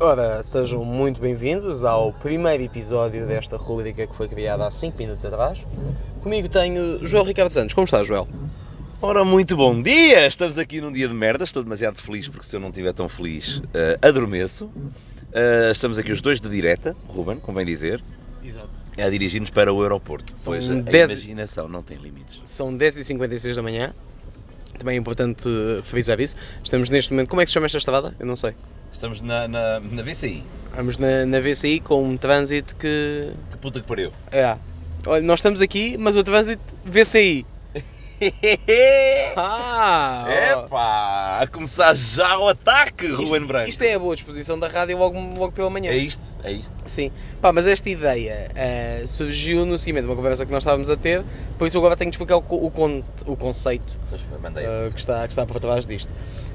Ora, sejam muito bem-vindos ao primeiro episódio desta rubrica que foi criada há 5 minutos atrás. Comigo tenho Joel Ricardo Santos. Como está, Joel? Ora, muito bom dia! Estamos aqui num dia de merda, estou demasiado feliz porque se eu não estiver tão feliz, eh, adormeço. Eh, estamos aqui os dois de direta, Ruben, convém dizer, Exato. a dirigir-nos para o aeroporto. São Pois a dez- imaginação não tem limites. São 10h56 da manhã. Também é importante eh, frisar isso. Estamos neste momento. Como é que se chama esta estrada? Eu não sei. Estamos na, na, na VCI, Estamos na, na VCI com um trânsito que. que puta que pariu. É. Olha, nós estamos aqui, mas o trânsito VCI. Ah! ó. Epá! É A começar já o ataque, Ruben Isto, Branco! isto é a boa disposição da rádio logo, logo pela manhã. É isto, é isto. Sim, pá, mas esta ideia ah, surgiu no seguimento de uma conversa que nós estávamos a ter, por isso agora tenho de explicar o, co- o, con- o conceito Pois, mandei ah, a que, está, que está por trás disto.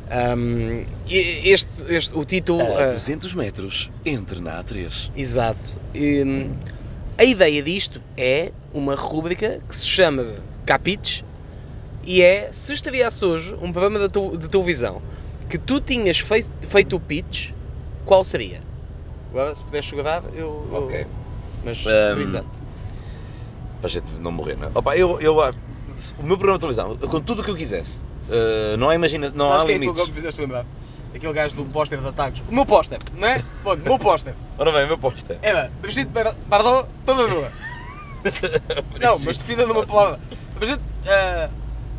Ahm, e- este, este, o título. A ah, 200 metros, entre na A3. exato. Hum, a ideia disto é uma rúbrica que se chama Capites e é se estreasse hoje um programa de, tu- de televisão que tu tinhas feito, feito o pitch, qual seria? Agora, se puderes jogar, eu. eu- Ok. Mas, Ahm, exato. para a gente não morrer, não é? Opa, eu, eu, acho- o meu programa de televisão, eu com tudo o que eu quisesse, eh, não há, imagina, não há Sabes quem é que limites. tu me fizeste lembrar? Aquele gajo do póster de ataques. O meu póster, não é? Bom, o meu póster. Ora bem, meu posta. Era Brigitte Bar- Bardot toda nua. não, mas defina de uma palavra. Brigitte, ah,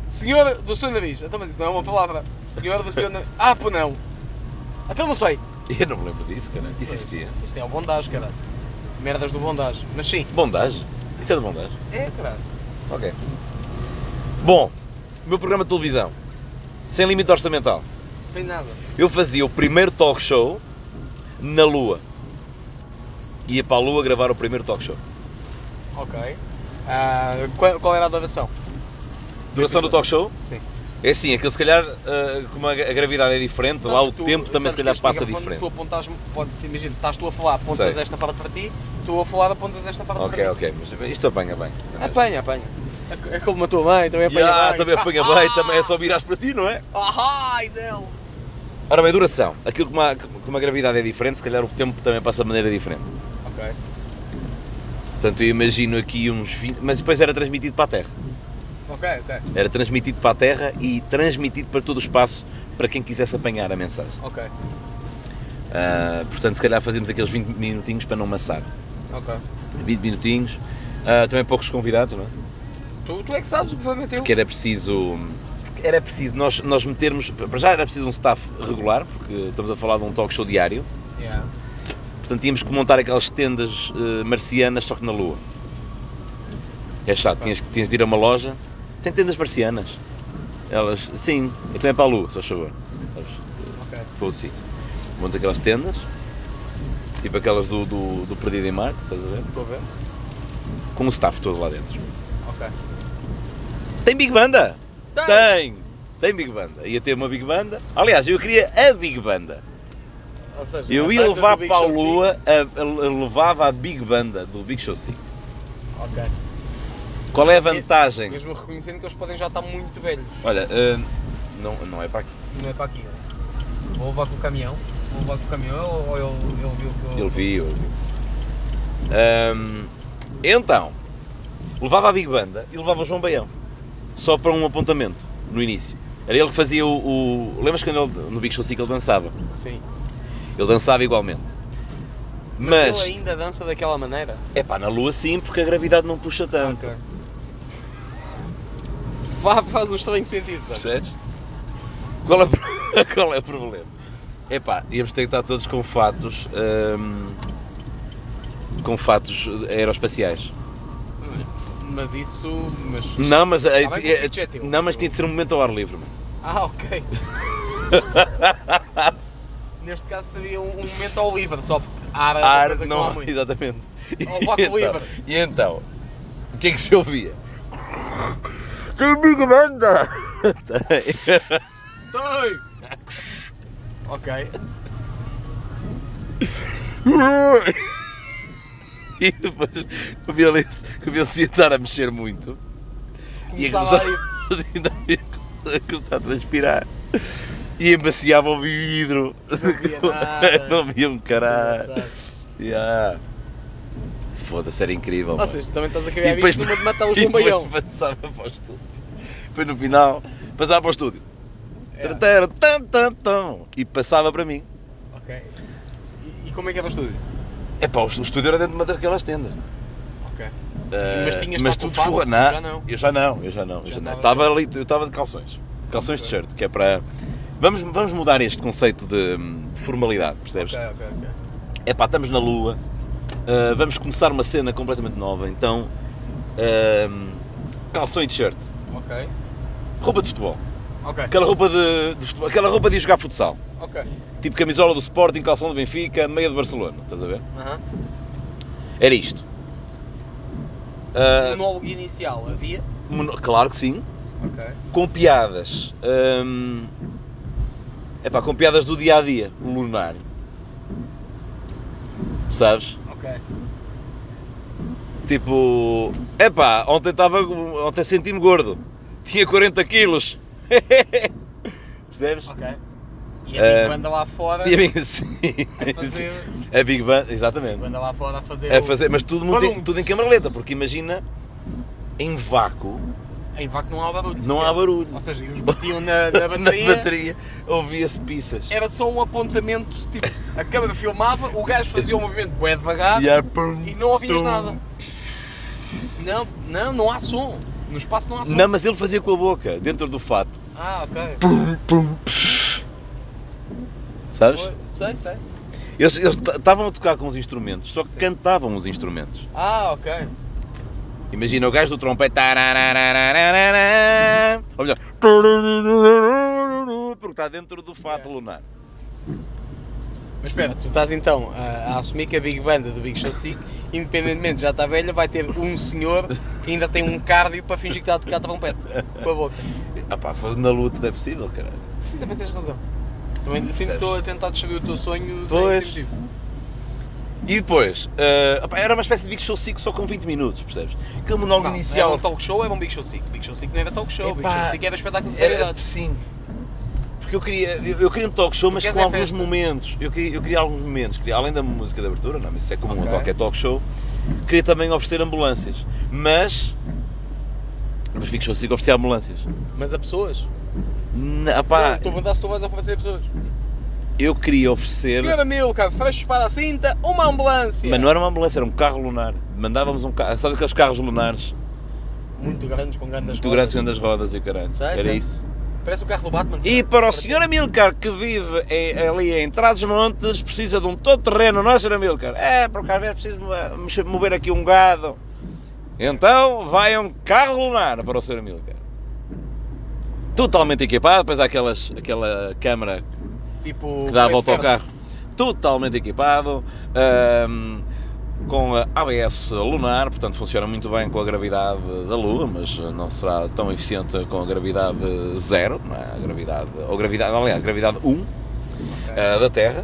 senhora do seu nariz. Então, mas isso não é uma palavra. Senhora do seu nariz. Ah, pô, não. Então não sei. é- Eu não me lembro disso, cara. Isso existia. Isto é o bondage, caralho. Merdas do bondage. Mas sim. Bondage? Isso é de bondage? É, caralho. Ok. Bom, o meu programa de televisão, sem limite orçamental, Sem nada. eu fazia o primeiro talk show na Lua. Ia para a Lua gravar o primeiro talk show. Ok. Ah, qual, qual era a duração? Duração do talk show? Sim. É assim, aquele se calhar, eh, como a a gravidade é diferente, lá Sabes o que tu- tempo também sabes se calhar que este passa microfone, diferente. Se tu apontas, pode, imagina, estás tu a falar, apontas Sei. esta parte para ti, tu a falar, apontas esta parte Ok, para ok, mas isto apanha bem. ti. Apanha, apanha. É- É como a tua mãe, também apanha Ah, bem. também apanha bem, também é só virares para ti, não é? Ah, ai, não. Ora bem, duração. Aquilo como a, como a gravidade é diferente, se calhar o tempo também passa de maneira diferente. Ok. Portanto, eu imagino aqui uns 20. Mas depois era transmitido para a Terra. Ok, ok. Era transmitido para a Terra e transmitido para todo o espaço para quem quisesse apanhar a mensagem. Ok, Ah, portanto, se calhar fazemos aqueles 20 minutinhos para não amassar. ok. 20 minutinhos. Ah, também poucos convidados, não é? Tu, tu é que sabes, o problema é teu. Porque era preciso. porque Era preciso nós, nós metermos. Para já era preciso um staff regular, porque estamos a falar de um talk show diário. Yeah. Portanto, tínhamos que montar aquelas tendas eh, marcianas, só que na Lua. É chato, tinhas, que- tinhas de ir a uma loja. Tem tendas marcianas. Elas, sim, então é para a Lua, só favor. Sabes? Ok. Para outro sítio. Montas aquelas tendas, tipo aquelas do, do, do Perdido em Marte, estás a ver? Estou a ver? Com o staff todo lá dentro. Ok. Tem Big Banda! Tem! Tem! Tem Big Banda. Ia ter uma Big Banda. Aliás, eu queria a Big Banda. Ou seja, Eu a ia tanda levar do Big para a Show cinco. Lua, a- a- levava a Big Banda do Big Show 5. Ok. Qual é a vantagem? Mesmo reconhecendo que eles podem já estar muito velhos. Olha, hum, não, não é para aqui. Não é para aqui. Vou levar com o caminhão. Vou levar com o caminhão ou ele, ele viu que eu. Ele viu, ele viu. Hum, então, levava a Big Banda e levava o João Baião. Só para um apontamento, no início. Era ele que fazia o. o lembras quando ele, no Big Show 5 ele dançava? Sim. Ele dançava igualmente. Mas Mas, ele ainda dança daquela maneira. é pá, na Lua sim, porque a gravidade não puxa tanto. Ok. Fa- Faz um estranho sentido, sabe? Percebes? Qual é, o pro- qual é o problema? Epá, íamos ter que estar todos com fatos. hum, com fatos aeroespaciais. Mas isso. Mas... Não, mas, eh, bem que o eh, pitch é teu. não, mas tinha de ser um momento ao ar livre. mano. Ah, ok. Neste caso seria um, um momento ao livre, só porque ar, é uma ar, coisa que não há não, muito. exatamente. E Ao vácuo então, livre. e então, o que é que se ouvia? Que Big Banda! Tem! ok. e depois começou-se começou a estar a mexer muito. E Começava começou aí. a começar a transpirar. e embaciava o vidro. Não via nada. Não via um caralho. Engraçado. Yeah. Foda-se, era incrível. Ou pá. seja, também estás a E criar depois- isto numa de matar o E João Baião. Depois passava para o estúdio. Depois no final, passava para o estúdio. É, Tantara, tan, tan, tan. E passava para mim. ok. E, e como é que era o estúdio? É pá, o estúdio era dentro de uma daquelas tendas. não é? Ok. Ah, Mas tinhas mas taco tudo pago? esforra- Não, Já não. Eu já não, eu já não. eu Já já estava- não. Estava ali, eu estava de calções. Calções Ok. de shirt, que é para. Vamos, vamos mudar este conceito de hum, formalidade, percebes? Ok, ok, ok. é pá, estamos na Lua, ah, vamos começar uma cena completamente nova, então Eh, ahm, calção e t-shirt, Ok. roupa de futebol, Ok. aquela roupa de, de futebol, aquela roupa de ir jogar futsal, Ok. tipo camisola do Sporting, calção do Benfica, meia do Barcelona, estás a ver? Aham. Era isto. O Ah, Monólogo inicial havia? mono- claro que sim, Ok. com piadas, é pá, com piadas do dia a dia, lunário, sabes? Ok. Tipo, epá, ontem estava, ontem senti-me gordo, tinha 40 quilos. Percebes? Ok. E a Ah, Big Banda lá fora E a Big Sim. a fazer. A Big Band, A Big exatamente. Banda lá fora a fazer. A o- É fazer, mas tudo, muito, Barulho. em- tudo em câmara lenta, porque imagina, em vácuo, Em vácuo não há barulho. não há sequer. barulho. Ou seja, eles batiam na, na é bateria. Na bateria ouvia-se pizzas. Era só um apontamento, tipo, a câmera filmava, o gajo fazia o movimento bué devagar E, há pum, e não ouvias tum. nada. Não, não, não há som. No espaço não há som. Não, mas ele fazia com a boca, dentro do fato. Ah, ok. Pum, pum, psh. Sabes? Foi. Sei, sei. Eles eles t- estavam a tocar com os instrumentos, só que Sim. cantavam os instrumentos. Ah, ok. Imagina o gajo do trompete. tararararararará, Ou melhor. Porque está dentro do fato Yeah. lunar. Mas espera, tu estás então a, a assumir que a Big Banda do Big Show Sick, independentemente já está velha, vai ter um senhor que ainda tem um cardio para fingir que está a tocar trompete com a boca. Ah pá, fazendo na luta não é possível, caralho. Sim, também tens razão. Também sinto que Percebes? estou a tentar destruir o teu sonho sem, Pois. sem motivo. E depois, ah, opá, era uma espécie de Big Show 5 só com 20 minutos, percebes? Aquele monólogo Não, inicial. Era um talk show, era um Big Show 5. Big Show 5 não era talk show, Big Epá, Show 5 era espetáculo de era- variedades. sim. Porque eu queria, eu, eu queria um talk show, mas queres com é alguns festa. momentos. Eu queria, eu queria alguns momentos. Queria, além da música de abertura, não, mas isso é comum Ok. a qualquer talk show. Queria também oferecer ambulâncias. Mas. Mas Big Show 5 oferecia ambulâncias. Mas a pessoas? Não, Pá. pá, Estou a perguntar se tu vais oferecer a pessoas. eu queria oferecer. Senhora Milka, fecho para a cinta, uma ambulância! Mas não era uma ambulância, era um carro lunar. Mandávamos um carro. Sabes aqueles carros lunares? Muito grandes, com grandes Muito rodas. grandes, grandes rodas e o caralho. Sei, Era sei. isso. Parece o carro do Batman. E para o senhor Amilcar, que vive em- ali em Trás-os-Montes, precisa de um todo terreno, não é, senhor Amilcar? É, para o carro é preciso mo- mover aqui um gado. Então vai um carro lunar para o senhor Amilcar. Totalmente equipado, depois há aquelas, aquela câmara Tipo, que dá a volta ao conhecer- carro. Totalmente equipado, ahm, com a ABS lunar, portanto funciona muito bem com a gravidade da Lua, mas não será tão eficiente com a gravidade zero, não é? a gravidade, ou gravidade, aliás, a gravidade 1 ah, da Terra.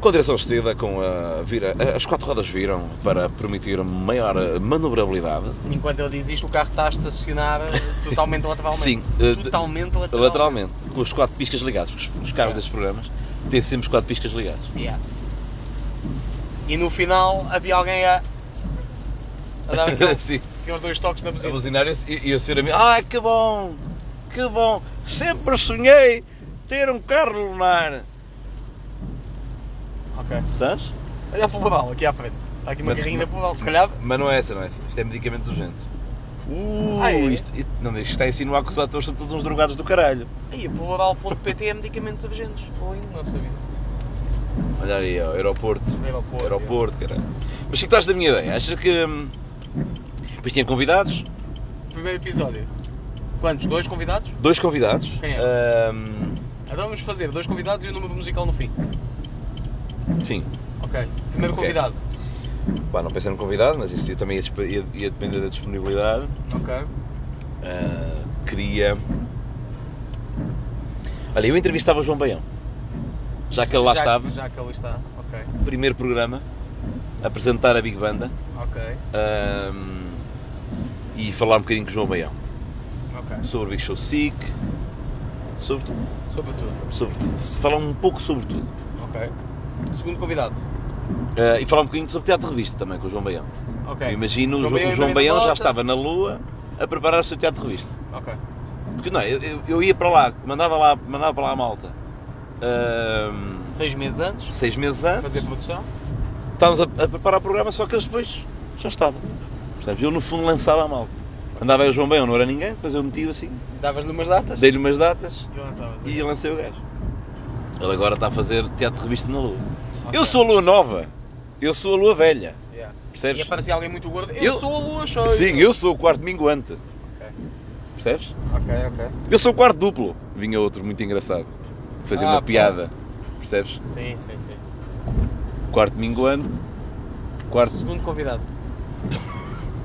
Com a direção assistida, com a vira, eh, as quatro rodas viram para permitir maior manobrabilidade. Enquanto ele diz isto, o carro está a estacionar totalmente lateralmente. Sim, eh, Totalmente É. lateralmente. lateralmente, com os quatro piscas ligados. Os, os carros destes programas têm sempre os quatro piscas ligados. Yeah. E no final havia alguém a, a dar aquele- Sim. aqueles dois toques na a buzina. buzinar e eu- e eu ser amigo. Ai que bom, que bom, sempre sonhei ter um carro lunar. Ok. Sabes? Olha para o Pobal, aqui à frente. Está aqui uma Mas- carrinha da Pobal, se calhar. Mas não é essa, não é essa. Isto é medicamentos urgentes. Uh, Ah, é? isto, isto- não, isto está a insinuar que os atores são todos uns drogados do caralho. Aí, pobal.pt é medicamentos urgentes. Ou ainda não sabia. Olha aí, ó, aeroporto. Aeroporto, Aeroporto, caralho. Mas se gostaste da minha ideia, achas que. hum, Depois tinha convidados, Primeiro episódio. Quantos? Dois convidados? dois convidados. Quem hum, Então vamos fazer dois convidados e o número musical no fim. sim, Ok. Primeiro Ok. convidado. Pá, não pensei num convidado, mas isso também ia disp- ia- ia depender da disponibilidade. Ok. Ah, queria. Olha, eu entrevistava o João Baião. Já que ele lá já, estava, Já que ele está. Ok. primeiro programa, apresentar a Big Banda ah, Ok. ahm, e falar um bocadinho com o João Baião Ok. sobre o Big Show Sick, Sobretudo. Sobretudo. Sobretudo. Se falar um pouco sobre tudo. Ok. Segundo convidado. Ah, e falar um bocadinho sobre teatro de revista também com o João Baião. Ok. Eu imagino o João Jo- o Baião João, e Maria da Baião já Mota. estava na Lua a preparar o seu teatro de revista. Ok. Porque não, eu, eu- eu ia para lá, mandava lá, mandava para lá a malta. Ah, ahm, Seis meses antes. seis meses antes, Fazer produção. estávamos a, a preparar o programa, só que eles depois já estavam. Percebes? Eu no fundo lançava a malta. Andava aí o João Baião, não era ninguém, depois eu meti assim, Davas-lhe umas datas. dei-lhe umas datas E lançavas. e lancei o gajo. Ele agora está a fazer teatro de revista na Lua. Ok. Eu sou a Lua nova, eu sou a Lua velha, Yeah. E percebes? aparecia alguém muito gordo. Eu, Eu- sou a lua, sou Sim, eu sou o quarto minguante. Percebes? Ok, ok. Eu sou o quarto duplo. Vinha outro muito engraçado. Fazer Ah, uma pá. piada. Percebes? Sim, sim, sim. Quarto minguante. Quarto. Segundo convidado.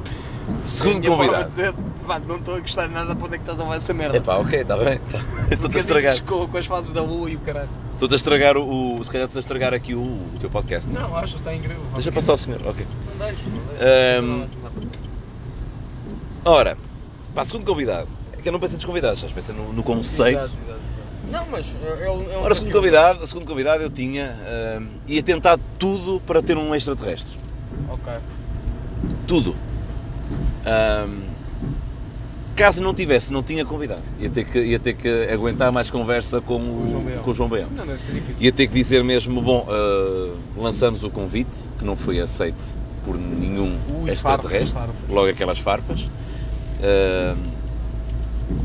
A Segundo minha forma convidado. de dizer, pá, não estou a gostar de nada para onde é que estás a levar essa merda. tipo Epá, ok, está bem. tá. Estou-te a estragar. Com, com as fases da lua e o caralho. Estou-te a estragar o. o- Se calhar estou a estragar aqui o, o teu podcast. Não, acho que está incrível. Deixa passar o senhor. Ok. Não deixo, não deixo. Ahm, Ora, pá, segundo convidado. É que eu não pensei nos convidados, sabes? Pensei no, no conceito. Exato, exato, exato. Não, mas é, é um. é um Ora, segundo desafio. convidado, segundo convidado eu tinha. ahm, ia tentar tudo para ter um extraterrestre. Ok. tudo. Ahm, caso não tivesse, não tinha convidado. Ia ter que, ia ter que aguentar mais conversa com Com o João o, Baião. com o João Baião. Não deve ser difícil. Ia ter que dizer mesmo, bom, ah, lançamos o convite, que não foi aceito por nenhum Ui, extraterrestre. farpas, farpas. Logo aquelas farpas. Ahm,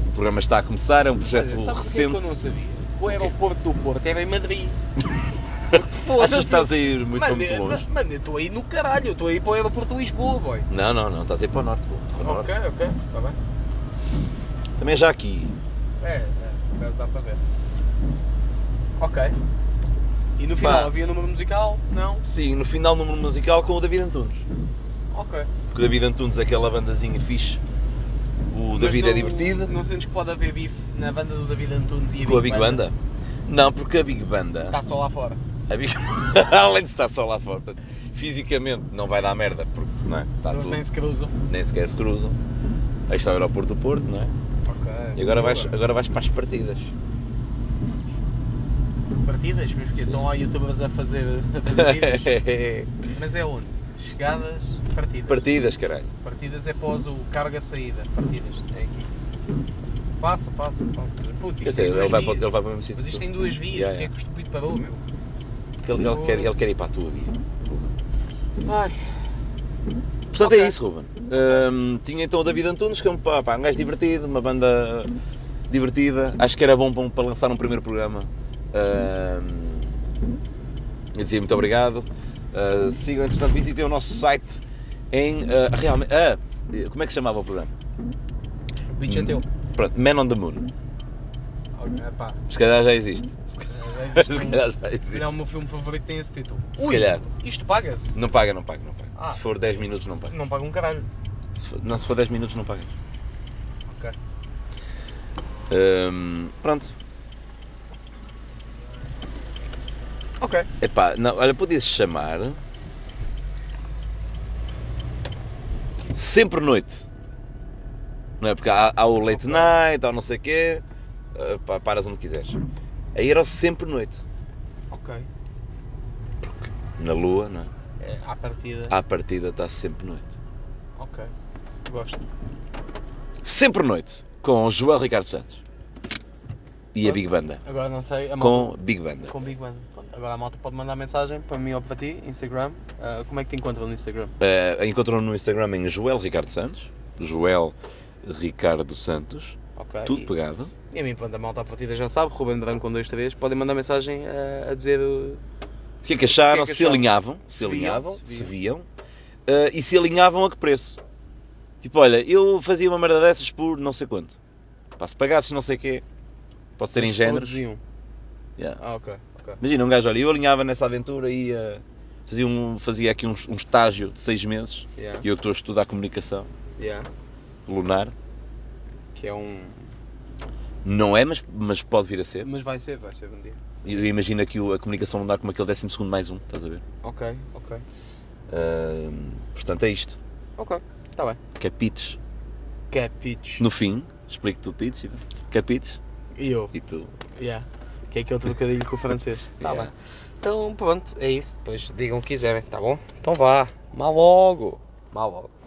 o programa está a começar, é um projeto Olha, sabe o que é que recente. eu não sabia? O aeroporto do Porto era em Madrid. Porque, Achas foda-se, que estás a ir muito, mano, muito eu- longe? Mano, eu estou aí no caralho, eu estou aí para o aeroporto de Lisboa, boy. Não, não, não, estás a ir para o norte. pô, para o norte. Ok, ok, está bem. Também já aqui. É, é, parece que dá para ver. Ok. E no final Pá. havia número musical? Não? Sim, no final, número musical com o David Antunes. Ok. Porque o David Antunes é aquela bandazinha fixe. O Mas David é tu divertido. Não sentes que pode haver bife na banda do David Antunes e a Com a Big Banda? Não, porque a Big Banda. Está só lá fora. A Big... além de estar só lá fora, portanto, fisicamente não vai dar merda, porque não é? Está Eles tudo. nem se cruzam. Nem sequer se cruzam. Aí está o aeroporto do Porto, não é? Ok. E agora vais, agora vais para as partidas. Partidas, mas porque Sim. estão lá youtubers a fazer, a fazer vídeos. Mas é onde? Chegadas, partidas. partidas, caralho. Partidas é pós o carga-saída. Partidas, é aqui. Passa, passa, passa. Puto, Quer isto dizer, tem ele duas vai, para, o- vias. ele vai para o mesmo sítio. Mas que isto tu. tem duas vias, Yeah, porque é yeah. que o estúpido parou, meu? Porque Ele, ele quer, ele quer ir para a tua guia. Ai, Portanto Ok. é isso, Ruben. Hum, tinha então o David Antunes, que é um, pá, pá, um gajo divertido, uma banda divertida. Acho que era bom para, para lançar um primeiro programa. Hum, eu dizia muito obrigado. Uh, sigam, entretanto, visitem o nosso site em. uh, realmente. ah, como é que se chamava o programa? o bicho é Hum. teu. Pronto, Man on the Moon. Ok, pá, Se calhar já existe. já Se existe um- calhar já Se existe. calhar o meu filme favorito tem esse título. Se Ui, calhar. Isto paga-se? Não paga, não paga, não paga. Ah. Se for 10 minutos, não paga. Não paga um caralho. Se for- não, se for 10 minutos, não pagas. Ok. Hum, pronto. Ok. Epá, não, olha, podia-se chamar. Sempre noite. Não é? Porque há, há o late Ok. night, há o não sei o quê. eh, pá, paras onde quiseres. Aí era o sempre noite. Ok. Na lua, não é? É, à partida. À partida está sempre noite. Ah. Ok. Gosto. Sempre noite. Com o João Ricardo Santos. E a Ok. Big Banda. Agora não sei. A malta- Com Big Banda. Com Big Band. Pronto, Agora a malta pode mandar mensagem para mim ou para ti, Instagram. Ah, como é que te encontram no Instagram? Eh, Encontram-no no Instagram em Joel Ricardo Santos. Joel Ricardo Santos. Ok. Tudo e, pegado. e a mim, pronto, a malta à partida já sabe, Ruben Branco com dois três. Podem mandar mensagem ah, a dizer. o- O que é que acharam? O que é que se acharam? alinhavam, se, Se viam, alinhavam, se se viam. Ah, e se alinhavam a que preço? Tipo, olha, eu fazia uma merda dessas por não sei quanto. Pá, se pagasses não sei quê, pode ser em Eles géneros. produziam. Yeah. um. Ah, ok. ok. Imagina, um gajo, olha, eu alinhava nessa aventura e ah, fazia, um, fazia aqui um, um estágio de seis meses. Yeah. E eu que estou a estudar comunicação yeah. lunar. Que é um. Não é, mas, mas pode vir a ser. Mas vai ser, vai ser um dia. Eu imagino aqui o- a comunicação lunar como aquele décimo segundo mais um, estás a ver? Ok, ok. Ah, portanto, é isto. Ok, está bem. Capites. Capitos. No fim, explico-te o pitch. Ivan. Que é pitch? E eu, E tu? yeah. Que é aquele trocadilho com o francês. Tá Yeah. bem. Então pronto, é isso. Depois digam o que quiserem, tá bom? Então vá. Mal logo. Mal logo.